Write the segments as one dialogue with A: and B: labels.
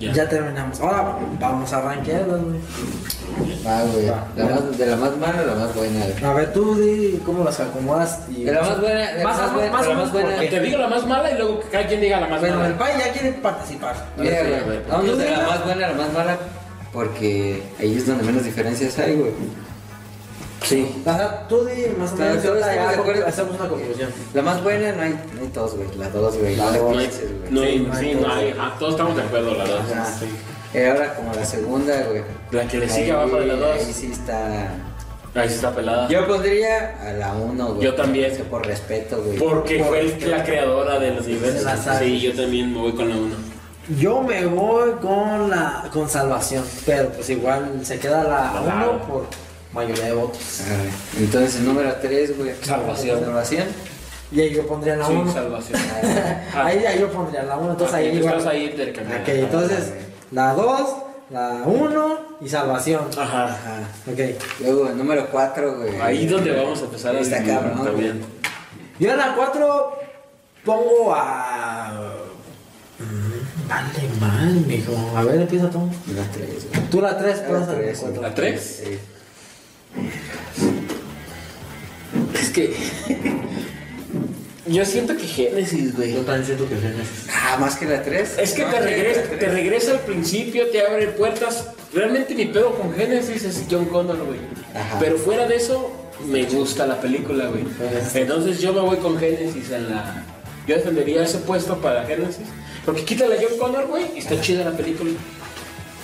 A: Ya.
B: Ya terminamos. Ahora vamos a rankear, güey.
C: Va, güey.
B: Va.
C: La más- de la más mala a la más buena, güey.
B: A ver, tú di cómo las acomodas. Y...
C: De la más buena, de la
B: Más
C: más
B: o-
C: buena,
B: más
C: de la
B: o menos,
C: más buena.
B: ¿por
A: Que te diga la más mala y luego que cada quien diga la más
B: Bueno, el
A: mala.
B: pai ya quiere participar.
C: Mira,
A: Sí,
C: güey.
A: güey.
C: Vamos de la
B: Yo-
C: más buena a la más mala porque ahí es donde menos diferencias hay, güey. Sí.
B: Ajá, tú di más o
C: Claro,
B: menos.
C: todos
B: ahorita
C: estamos de
B: ya
C: acuerdo.
B: Hacemos una conclusión.
C: La más buena no hay, no hay dos, güey. La dos, güey. La
A: No,
C: dos,
A: hay-
C: güey.
A: no,
B: Sí,
A: hay-
B: no hay
A: sí,
B: todo.
A: no hay. ah, Todos estamos de acuerdo, la verdad.
C: Ajá.
A: Sí.
C: Eh, ahora como la segunda, güey.
A: La que le sigue
C: Ahí-
A: abajo de la dos.
C: Ahí sí está.
A: Ahí sí está pelada.
C: Yo pondría a la uno, güey.
A: Yo también.
C: Que por respeto, güey.
A: Porque
B: Por-
A: fue el- la creadora de los
B: Se la
A: universos.
B: sabe.
A: Sí, yo también me voy con la 1.
B: Yo me voy con la con salvación, pero pues igual se queda la
A: Claro.
B: 1 por mayoría de votos.
C: Ah, Entonces, número tres, güey.
A: Salvación.
C: Salvación.
B: Y ahí yo pondría la 1.
A: salvación.
B: ahí ya yo pondría la 1, entonces
A: Ah,
B: ahí
A: tú
B: igual.
A: estás ahí intercambiando.
B: Ok, entonces la 2, la 1 y salvación.
A: Ajá.
C: Ajá.
B: Ok.
C: Luego, el número cuatro, güey.
A: Ahí es donde vamos a empezar a
C: Está
A: dividirnos
C: cabrón,
A: también.
B: Yo en la 4 pongo a. Mm, Vale, mal, mijo. A ver, empieza tú.
C: La tres, güey.
B: Tú la 3,
C: La
B: pones a la
C: tres,
B: 4.
C: güey.
A: ¿La tres?
C: Sí.
A: Es que. Yo siento que Génesis, güey.
B: Yo también siento que Génesis.
C: Ah, más que la tres.
A: Es que
C: Más
A: te regresa,
C: la tres.
A: te regresa al principio, te abre puertas. Realmente mi pedo con Genesis es John Connor, güey.
C: Ajá.
A: Pero fuera de eso, me gusta la película, güey. Entonces yo me voy con Genesis en la... Yo defendería ese puesto para Genesis. Porque quítale a John Connor, güey, y está chida la película.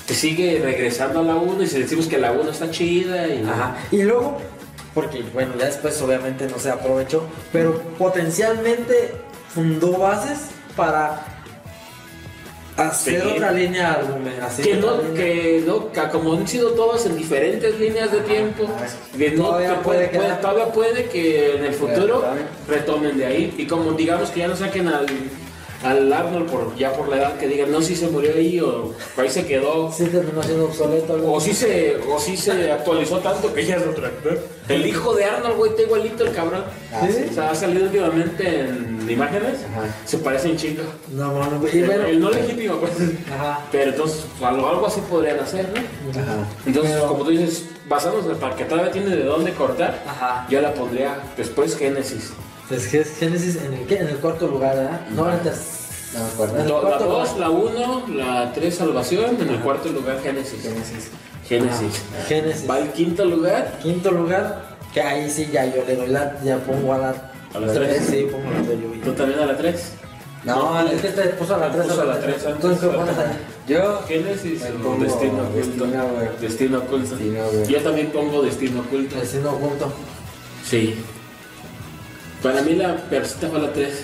A: Te sigue regresando a la 1 y si decimos que la 1 está chida y...
B: Ajá. Y luego, porque bueno, ya después obviamente no se aprovechó, pero potencialmente fundó bases para hacer
A: Sí.
B: otra línea de álbumes. así
A: Que
B: otra
A: no,
B: línea.
A: que no, que como han sido todas en diferentes líneas de tiempo, que no,
B: Todavía
A: que
B: puede
A: puede,
B: que
A: puede-
B: la-
A: todavía puede que en el futuro
C: Retomen.
A: retomen de ahí. Y como digamos que ya no saquen al, al Arnold por, ya por la edad, que digan, no, si se murió ahí o ahí se quedó.
B: Sí terminó siendo obsoleto. algo.
A: O si se, o si se actualizó tanto que ya es otro actor. El hijo de Arnold, güey, está igualito el cabrón.
C: Ah, sí.
A: O sea, ha salido últimamente en imágenes.
C: Ajá.
A: Se parecen chicos.
B: No, mano, güey, y
A: El,
B: bueno.
A: el no legítimo, pues.
B: Ajá.
A: Pero entonces, algo, algo así podrían hacer, ¿no?
C: Ajá.
A: Entonces,
B: Pero-
A: como tú dices, basándonos en el parque, todavía tiene de dónde cortar.
B: Ajá.
A: Yo la pondría después Génesis.
B: Es que es Pues Génesis en el qué? En el cuarto lugar, ¿verdad? No, en el tercer.
C: No me acuerdo.
B: En el
A: La
B: cuarto
A: 2,
B: lugar.
A: la 1, la 3 Salvación, en el cuarto lugar Génesis.
C: Génesis.
A: Génesis.
B: Ah, Génesis.
A: Va al quinto lugar.
B: Quinto lugar, que ahí sí ya yo le doy la. Ya pongo a la.
A: A las tres.
B: Sí, pongo a la de Yui.
A: ¿Tú también a la 3?
C: No,
B: es que te puso a la 3
A: Puso a la tres,
B: Entonces, ¿qué
A: puso a la
B: pones
A: tres.
B: ahí?
C: yo.
A: Génesis
C: Me
A: o
C: pongo
A: Destino Oculto.
C: Destino, güey.
A: Destino Oculto.
C: Destino, güey.
A: Yo también pongo Destino Oculto.
B: Destino oculto.
A: Sí. Para mí la persita fue la 3.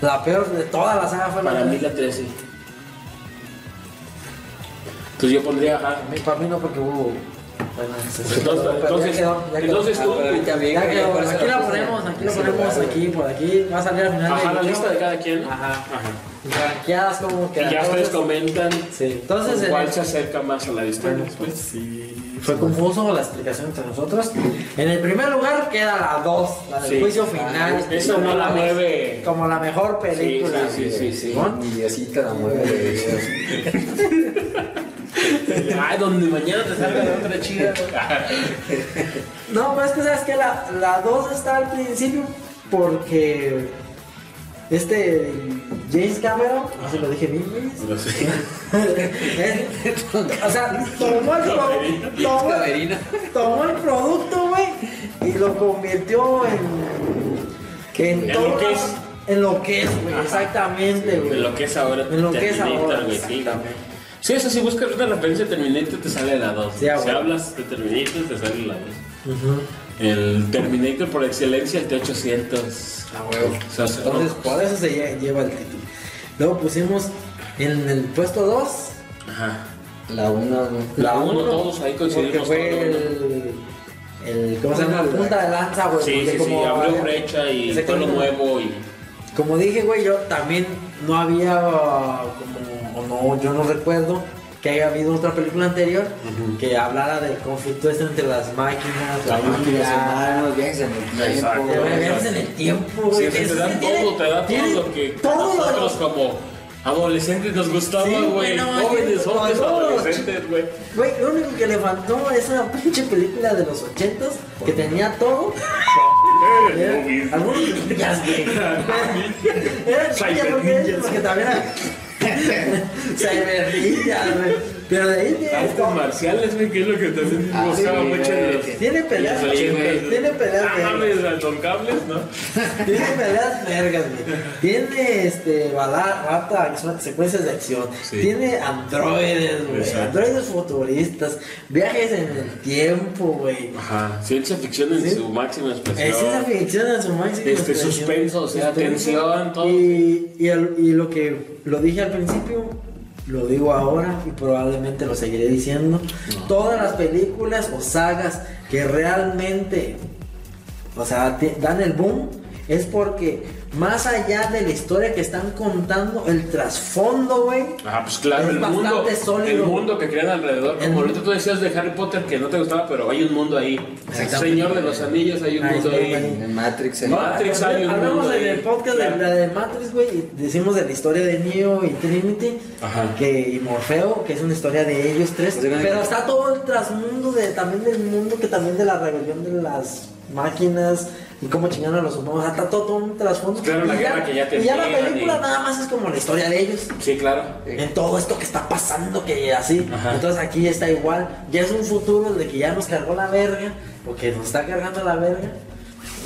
B: La peor de toda la saga fue la
A: Para mí la 13. Entonces yo pondría. ajá.
B: Mi- Para mí no, porque hubo. Bueno, sí, sí,
A: Pues Entonces-
B: pero ya
A: entonces-
B: quedó, ya quedó.
A: entonces tú-
B: Ah, pero
C: ahorita bien,
B: ya
C: güey,
B: quedó.
C: por eso
B: Aquí
C: la
B: la
C: puse.
B: ponemos, aquí la
C: Sí,
B: ponemos,
C: güey.
B: aquí, por aquí. Va a salir al final.
A: Ajá,
B: del
A: la
B: video.
A: lista de cada quien.
B: Ajá.
A: Ajá.
B: Y ranqueadas como
A: Y
B: que.
A: ya ustedes comentan
B: Sí, entonces. en
A: cuál
B: el-
A: se acerca más a la
B: Bueno,
A: distancia.
B: pues sí. Fue confuso la explicación entre nosotros. En el primer lugar queda la 2, la del
A: Sí.
B: juicio final.
A: Ah, esa no la mueve.
B: Como la mejor película.
A: Sí, sí, sí, sí.
B: ¿no?
C: Mi Diosito la mueve. güey.
A: Ay, donde mañana te salga la otra chida.
B: No, pero es que sabes que la, la 2 está al principio porque este James Cameron, no se lo dije bien, güey.
A: No sé.
B: Es- o sea, tomó el, pro- tomó,
C: Camerino.
B: tomó el producto, güey, y lo convirtió en. que en,
A: En
B: todo-
A: lo que es.
B: En lo que es, güey,
A: Ajá.
B: exactamente, güey.
A: En lo que es ahora.
B: En lo que es
A: Terminator,
B: ahora,
A: güey, sí.
B: exactamente.
A: Sí, eso si buscas una referencia de Terminator te sale la 2.
B: Sí,
A: si
B: ah, güey.
A: hablas de Terminator te sale la 2.
B: Ujú.
A: El Terminator por excelencia, el T800.
C: La huevo.
A: O sea,
B: Ah, Entonces, por eso se lle- lleva el título. Luego pusimos en el puesto 2
A: Ajá.
C: La uno, güey.
A: La uno,
B: uno,
A: todos ahí coincidimos
B: Porque fue
A: todos,
B: el, el. ¿Cómo se llama? La punta de lanza, güey.
A: Sí,
B: Pues, porque
A: sí,
B: como-
A: sí, abrió brecha y todo lo
B: Exactamente.
A: nuevo y...
B: Como dije, güey, yo también no había. uh, Como, o no, yo no recuerdo que haya habido otra película anterior que hablara del conflicto este entre las máquinas,
C: La
B: la
C: máquina
B: máquinas.
C: humanos, viajes en el
A: Exacto.
C: tiempo.
B: Pero
C: güey.
B: viajes en el tiempo,
A: Sí,
B: güey.
A: o sea, te
B: Eso
A: dan
B: tiene-
A: todo, te dan todo
B: tiene
A: lo que
B: todo lo-
A: nosotros como Adolescentes nos gustaba,
B: Sí,
A: güey.
B: güey, no,
A: Jóvenes,
B: sí,
A: jóvenes,
B: no, no,
A: adolescentes, güey.
B: Güey, lo único que le faltó a esa pinche película de los ochentas, que tenía todo.
A: movies.
B: Era- Algunos ninjas, güey. Eran ninjas, ¿no crees? Porque también era. Cyber ninjas, güey. Pero de ahí tiene.
A: Artes marciales, güey, que es lo que también
C: Ah,
A: buscaba
C: sí,
A: mucho
C: güey.
A: en los.
B: Tiene peleas,
A: Sí, güey.
B: tiene peleas,
A: Ah,
B: güey.
A: mames, al Don Cables, ¿no?
B: Tiene peleas vergas, güey. Tiene este bala, rata, que son secuencias de acción.
A: Sí.
B: Tiene androides, güey.
A: Exacto.
B: Androides futuristas. Viajes en el tiempo, güey.
A: Ajá. Ciencia ficción en
B: Sí. Eh,
A: su máxima expresión.
B: Es esa ficción en su máxima
A: Este,
B: expresión.
A: suspenso, o sea,
B: Suspenso.
A: tensión, todo.
B: Y, y, al- y lo que lo dije al principio, lo digo ahora y probablemente lo seguiré diciendo. Todas las películas o sagas que realmente, o sea, te- dan el boom, es porque más allá de la historia que están contando, el trasfondo, güey.
A: Ajá, pues claro,
B: Es
A: el mundo,
B: bastante sólido.
A: el mundo que crean alrededor.
B: El-
A: Como ahorita tú decías de Harry Potter que no te gustaba, pero hay un mundo ahí.
C: Exactamente.
A: Señor de los Anillos, hay un
B: Ahí
A: mundo
B: está,
A: ahí.
B: ahí.
C: En Matrix, en
A: Matrix. hay un
B: Hablamos
A: mundo
B: en
A: ahí.
B: el podcast de la de Matrix, güey, y decimos de la historia de Neo y Trinity,
A: Ajá.
B: que y Morfeo, que es una historia de ellos tres,
C: Pues, ¿verdad?
B: pero está todo el trasmundo de también del mundo que también de la rebelión de las máquinas y cómo chingaron a los humanos, o sea, está todo, todo un trasfondo.
A: Claro, la
B: Y ya-
A: guerra que ya
B: Y ya la
A: tenían
B: película
A: y-
B: nada más es como la historia de ellos
A: Sí, claro.
B: en todo esto que está pasando, que así.
A: Ajá.
B: Entonces aquí está igual. Ya es un futuro de que ya nos cargó la verga, o que nos está cargando la verga.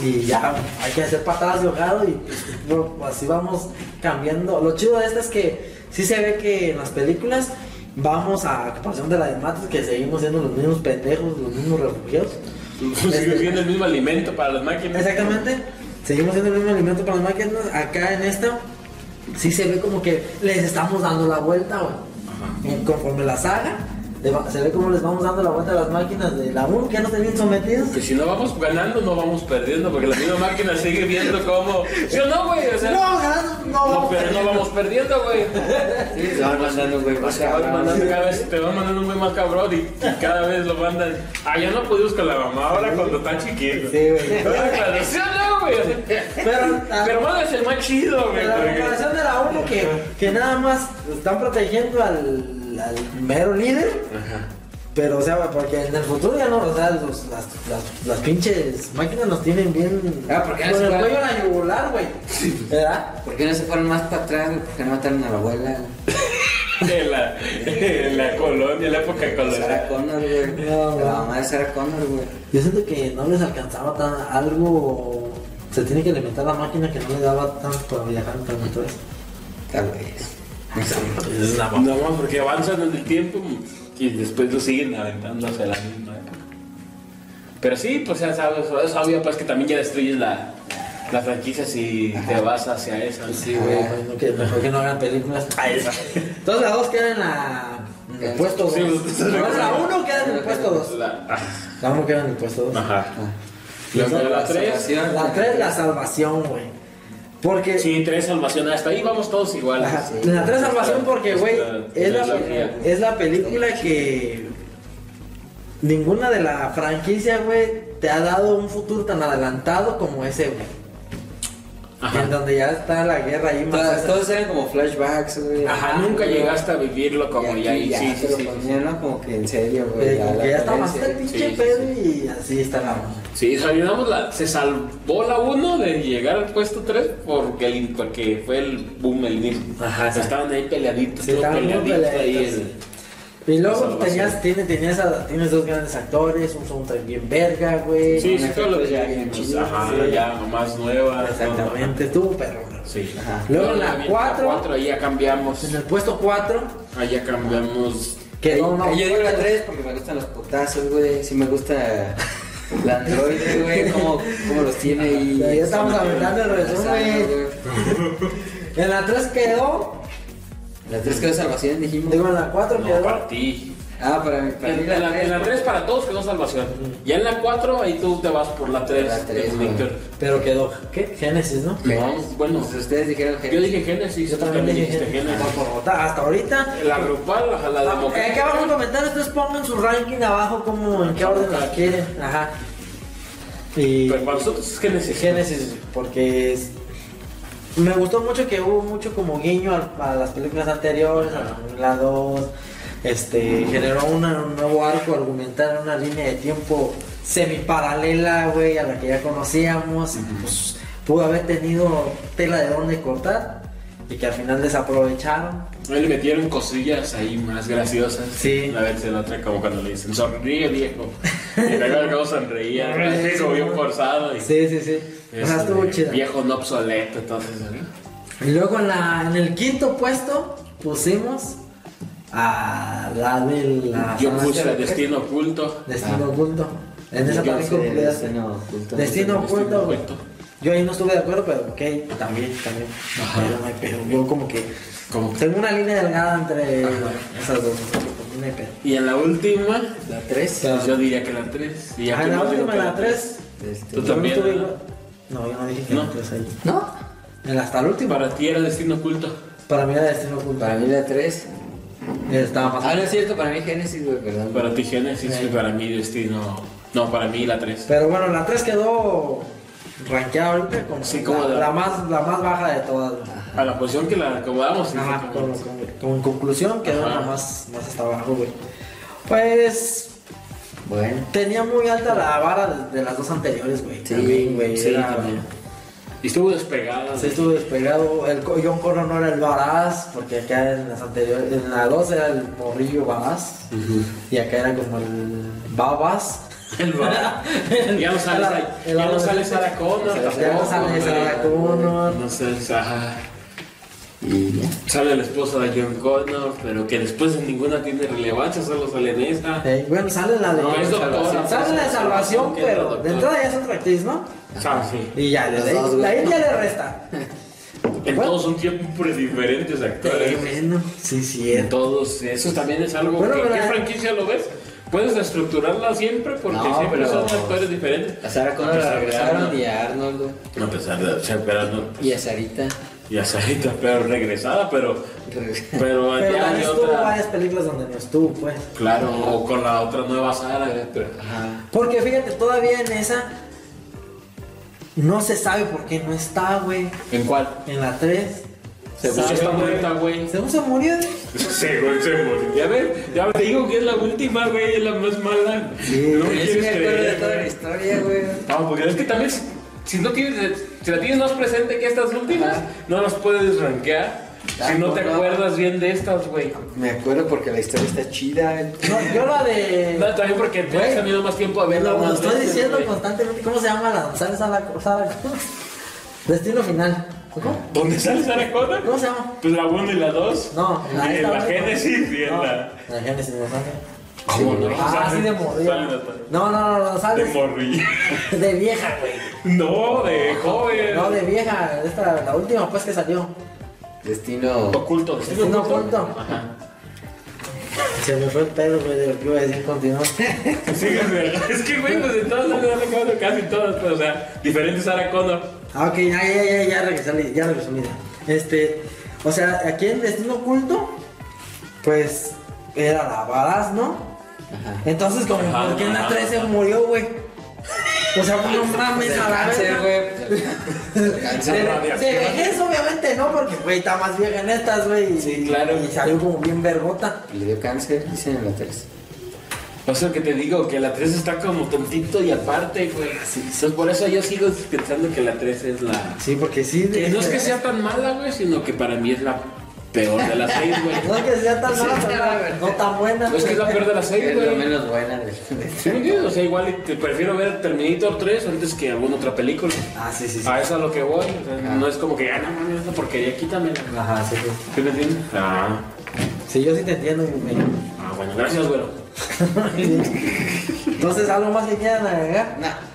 B: Y ya hay que hacer patadas de ahogado y bueno, así vamos cambiando. Lo chido de esto es que sí se ve que en las películas vamos a comparación de la de Matrix, que seguimos siendo los mismos pendejos, los mismos refugiados. Este-
A: Sigues viendo el mismo alimento para las máquinas.
B: Exactamente. Seguimos siendo el mismo alimento para las máquinas. Acá en esta, sí se ve como que les estamos dando la vuelta, güey. Y Conforme la saga, le va- se ve como les vamos dando la vuelta a las máquinas de la 1 que ya nos tenían sometidos.
A: Que si no vamos ganando, no vamos perdiendo, porque la misma máquina sigue viendo cómo. ¿Sí o no, güey? O sea,
B: No, ganando, no,
A: no,
B: vamos
A: pero no
B: perdiendo.
A: vamos perdiendo, güey.
C: Sí, se van mandando, güey, más
A: Te van
C: cabrón.
A: mandando cada vez, te van mandando un güey más cabrón y, y cada vez lo mandan. Ah, ya no pudimos con la mamá, ahora cuando está chiquito.
B: Sí, güey. Ah.
A: Ahora cuando- ¿Sí o no, güey? O sea,
B: Pero, a-
A: Pero bueno, es el más chido, güey.
B: pero la
A: porque-
B: comparación de la 1 que, que nada más están protegiendo al, al mero líder.
A: Ajá.
B: Pero, o sea, porque en el futuro ya no, o sea, los- las, las, las pinches máquinas nos tienen bien.
C: Ah, porque no
B: con
C: se
B: el
C: puede.
B: cuello a la yugular, güey. ¿Verdad?
C: ¿Por qué no se fueron más para atrás, güey? ¿Por qué no mataron a la abuela?
A: De la, de la colonia, la época colonial.
C: Sarah Connor, güey.
B: No,
C: la
B: no.
C: mamá de Sarah Connor, güey.
B: Yo siento que no les alcanzaba tan algo. Se tiene que alimentar la máquina que no le daba tanto para viajar en transmisores.
C: Tal vez. No sé.
B: Es una
A: No, más porque avanzan en el tiempo y después lo siguen aventando hacia la misma. Pero sí, pues ya sabes, es obvio pues que también ya destruyes la, la franquicia si te vas hacia esa.
B: Sí, güey, Ah, bueno, que mejor que no hagan películas. Ay, esa. Entonces la 2 queda en la. En el puesto 2.
A: Sí, pues,
B: la 1 queda en el puesto 2.
A: La,
B: La 1 queda en el puesto 2.
A: ajá.
C: Ah.
A: Luego la 3.
C: salvación.
B: La 3, la salvación, güey. Porque.
A: Sí, 3 salvación. Hasta ahí vamos todos iguales.
B: Ajá,
C: sí.
B: La 3 salvación porque, güey, es la,
A: trilogía.
B: es la película que ninguna de la franquicia, güey, te ha dado un futuro tan adelantado como ese, güey. En
A: Ajá.
B: donde ya está la guerra ahí más.
C: Todas- Todos eran como flashbacks, güey.
A: Ajá, nunca llegaste a vivirlo como
C: y
A: ya.
C: aquí
A: y-
C: ya
A: Sí, sí,
C: se lo
A: sí.
C: ponían, ¿no? Como que en serio, güey.
B: eh,
C: la-
B: como
C: la
B: que ya está
C: violencia.
B: bastante pinche
A: Sí, sí,
B: pedo y así está la
A: Sí, salvamos la, se salvó la 1 de llegar al puesto 3 porque, el- porque fue el boom, el inicio.
B: Ajá,
A: O sea,
B: sí.
A: estaban ahí peleaditos,
B: Sí,
A: todo
B: estaban muy
A: peleadito ahí.
B: peleaditos.
A: el-
B: Y
A: La
B: luego
A: salvación.
B: tenías, tiene- tenías, a- tienes dos grandes actores, un soundtrack bien verga, güey.
A: Sí, sí,
C: Una
A: todo lo que
C: cosa
A: ya
C: bien
A: vimos,
C: chida,
A: Ajá,
B: sí.
A: ya, más nuevas. todo.
B: Exactamente, tú, perro.
A: Sí.
C: Ajá.
B: Luego en la
A: también
B: cuatro.
A: cuatro, ahí ya cambiamos.
B: En el puesto 4
A: Ahí ya cambiamos.
C: Que
B: quedó una.
C: yo digo la 3 porque me gustan los potazos, güey. Sí me gusta la androide, güey. Cómo, cómo los tiene y.
B: Ya estamos aventando el resumen. En la 3 quedó.
C: La 3 quedó salvación, dijimos.
B: Digo, en la 4
A: No,
B: quedó.
A: para ti.
C: Ah, para mí. Para mí
A: En, en la, en la 3 para todos quedó salvación. Ya en la 4 ahí tú te vas por la 3.
C: La tres, güey.
A: Víctor.
B: Pero quedó. ¿Qué? Génesis, ¿no?
A: No, bueno,
C: Pues ustedes dijeron que.
A: yo dije Génesis, tú también dijiste Génesis.
B: Por- por- Hasta ahorita.
A: La grupal, ajá, la
B: Ah, eh, Acá
A: democrática.
B: abajo en comentarios, ustedes pongan su ranking abajo, como en qué orden la quieren. Ajá. Y.
A: Pero para nosotros es Génesis.
B: Génesis, porque es. Me gustó mucho que hubo mucho como guiño al- a, las películas anteriores, a la película 2. Este, generó una- un nuevo arco argumental, una línea de tiempo semiparalela, güey, a la que ya conocíamos. y, pues, pudo haber tenido tela de dónde cortar y que al final desaprovecharon.
A: No le metieron cosillas ahí más graciosas.
B: Sí.
A: La vez en otra, como cuando le dicen, sonríe viejo. Y luego como sonreía, ¿no? así como bien forzado. Y,
B: Sí, sí, Este, sí. O sea,
A: Eso
B: estuvo
A: de
B: chida.
A: Viejo no obsoleto, entonces, ¿no?
B: Y luego en, la- en el quinto puesto pusimos a la de la.
A: Yo
B: farmacia
A: puse
B: de-
A: Destino Oculto.
B: Destino
C: Ah.
B: oculto. En esa
C: Yo
B: película
C: sé,
B: que le das-
C: Destino oculto.
B: Destino
A: Destino
B: oculto. güey.
A: Oculto.
B: Yo ahí no estuve de acuerdo, pero ok, también, también.
A: Ajá.
B: Pero no hay pedo. Yo como que.
A: Como que-
B: Tengo una línea delgada entre
A: Ajá.
B: esas dos. No hay pedo.
A: Y en la última,
C: La 3.
A: pues yo diría que la 3. Y ya
B: Ah,
A: que
B: en la
A: no digo
B: última,
A: que
B: en la 3.
C: Este,
A: Tú también, ¿no?
B: No, yo no dije que
A: No.
B: no. ahí.
C: ¿No?
B: En la- hasta el último.
A: Para ti era Destino Oculto.
B: Para mí era destino oculto.
C: Para mí la 3.
B: Estaba más.
C: Ah, no es cierto, para mí Génesis, güey, perdón.
A: Para ti Génesis y para mí Destino... No, para mí la 3.
B: Pero bueno, la 3 quedó rankeada ahorita como,
A: Sí, como
B: la,
A: de la-
B: la más, la más baja de todas. güey.
A: A la posición que la acomodamos.
B: Ajá,
A: sí,
B: como,
A: como-
B: como- como en conclusión quedó
A: Ajá.
B: la más, más hasta abajo, güey. Pues
C: Bueno.
B: tenía muy alta la vara de, de las dos anteriores, güey.
C: Sí,
B: También,
A: sí,
B: era-
A: también. Y estuvo despegada.
B: Se estuvo despegado, el co- John Connor no era el Varaz, porque acá en las anteriores, en la 2 era el morrillo Varaz, y acá era como el Babas.
A: El bar. Ya no sale, Sara-
B: El-
A: ya no sale Sarah Connor.
C: Ya no
B: Ya no
A: tampoco,
B: sale
A: güey.
B: Sarah Connor.
A: No sé, ajá.
C: Y ya.
A: Sale la esposa de John Connor, pero que después en ninguna tiene relevancia, solo sale en esta.
B: Eh, bueno, sale la de
A: No, es doctora.
B: sale la de salvación,
A: Que es la
B: pero
A: doctora.
B: de entrada ya es otra actriz, ¿no?
A: Ah, sí.
B: Y ya,
C: Los
B: de ahí,
C: dos, güey.
B: de ahí ya le resta.
A: En
B: Bueno.
A: todos son siempre diferentes actores.
B: Tremendo, sí,
A: En
B: cierto.
A: todos, eso también es algo
B: Bueno,
A: que
B: pero
A: ¿qué
B: la-
A: franquicia lo ves? Puedes reestructurarla siempre porque
C: No,
A: siempre
C: pero-
A: son actores diferentes.
C: A Sara Connor
A: Pues,
C: la
A: a
C: regresaron
A: Arnold.
C: y a Arnold, güey.
A: A pesar de o sea, pero no,
C: Y a Sarita.
A: y a Sarita, pero regresada, pero
C: Regresa.
A: pero,
B: Pero
A: ya hay
B: también estuvo
A: otra.
B: varias películas donde no estuvo, pues.
A: Claro, o con la otra nueva Sara. eh, pero-
C: Ajá.
B: Porque fíjate, todavía en esa no se sabe por qué no está, güey.
A: ¿En cuál?
B: En la 3.
A: Se
B: Sabe,
A: está
B: güey.
A: muerta, güey.
B: Según se murió, güey.
A: Según se murió. Ya ves, ya te digo que es la última, güey, es la más mala.
B: Sí,
A: no me
C: Yo sí
A: quieres
C: me acuerdo de
A: creer.
C: toda la
A: güey.
C: historia, güey.
A: No, porque es que también, si- si no tienes, si la tienes más presente que estas últimas, no las puedes rankear. Si
B: pues,
A: no te
C: Tampoco.
A: acuerdas bien de estas, güey.
C: Me acuerdo porque la historia está chida. güey.
B: No, yo la de.
A: No, también porque te has
B: Güey,
A: tenido más tiempo a verla.
B: Lo lo
A: más
B: estoy
A: veces,
B: diciendo pues.
A: güey.
B: constantemente. ¿Cómo se llama la González Sala? Sala- Destino final. ¿Cómo?
A: ¿Dónde sale Sarah Connor?
B: ¿Cómo se llama?
A: Pues la 1 y la 2.
B: No,
A: en la,
B: esta última.
A: Génesis y en
B: No,
A: la.
B: La Génesis, no sale.
A: ¿Cómo no?
B: Ah,
A: Sale-
B: sí, de
A: sale
B: morrida.
A: de-
B: No, no, no, no,
A: De
B: sale.
A: morrilla.
B: De vieja, güey.
A: No, de joven.
B: No, de vieja. Esta, la última, pues que salió.
C: Destino.
A: Oculto.
B: Destino oculto.
A: Ajá.
B: Se me fue el pedo, güey, de lo que iba a decir. Continúa.
A: Sí, güey. es que, güey, pues en todas las de Sarah Connor, casi todas, pero, o sea, diferentes Sarah Connor.
B: Ah, ok, ya, ya, ya, ya regresé, la- ya regresé, mira. Este, o sea, aquí en Destino Oculto, pues, era la varas, ¿no?
C: Ajá.
B: Entonces, como,
A: Ajá,
B: ¿por qué en la
A: ajá.
B: 3 se murió, güey? O sea, no mames a la
C: Cáncer,
B: verga.
C: güey.
B: Se
C: Cáncer.
A: güey.
B: se vejez, obviamente, ¿no? Porque, güey, está más vieja en estas, güey. y-
A: Sí, claro.
B: Y salió como bien vergota.
C: Le dio cáncer, dicen en la 3.
A: O sea, que te digo, que la 3 está como tontito y aparte, güey. Entonces, por eso yo sigo pensando que la 3 es la...
B: Sí, porque sí.
A: Que no es que sea tan mala, güey, sino que para mí es la peor de las 6, güey.
B: No es que sea tan
C: Sí,
B: mala,
C: la
B: pero no-
C: verdad.
B: no tan buena.
A: No es que es la peor de las 6,
C: Es lo
A: güey.
C: menos buena de
A: ¿Sí me entiendes? O sea, igual y te prefiero ver Terminator 3 antes que alguna otra película.
B: Ah, sí, sí, sí.
A: A eso a lo que voy. o sea, no es como que, ah, no mames, esa porquería, quítamela.
B: Ajá, sí, sí.
A: ¿Sí me entiendes? Ah,
B: Sí, yo sí te entiendo, güey.
A: ah bueno, gracias, güero.
B: Entonces, ¿algo más que quieran agregar?
C: Nah.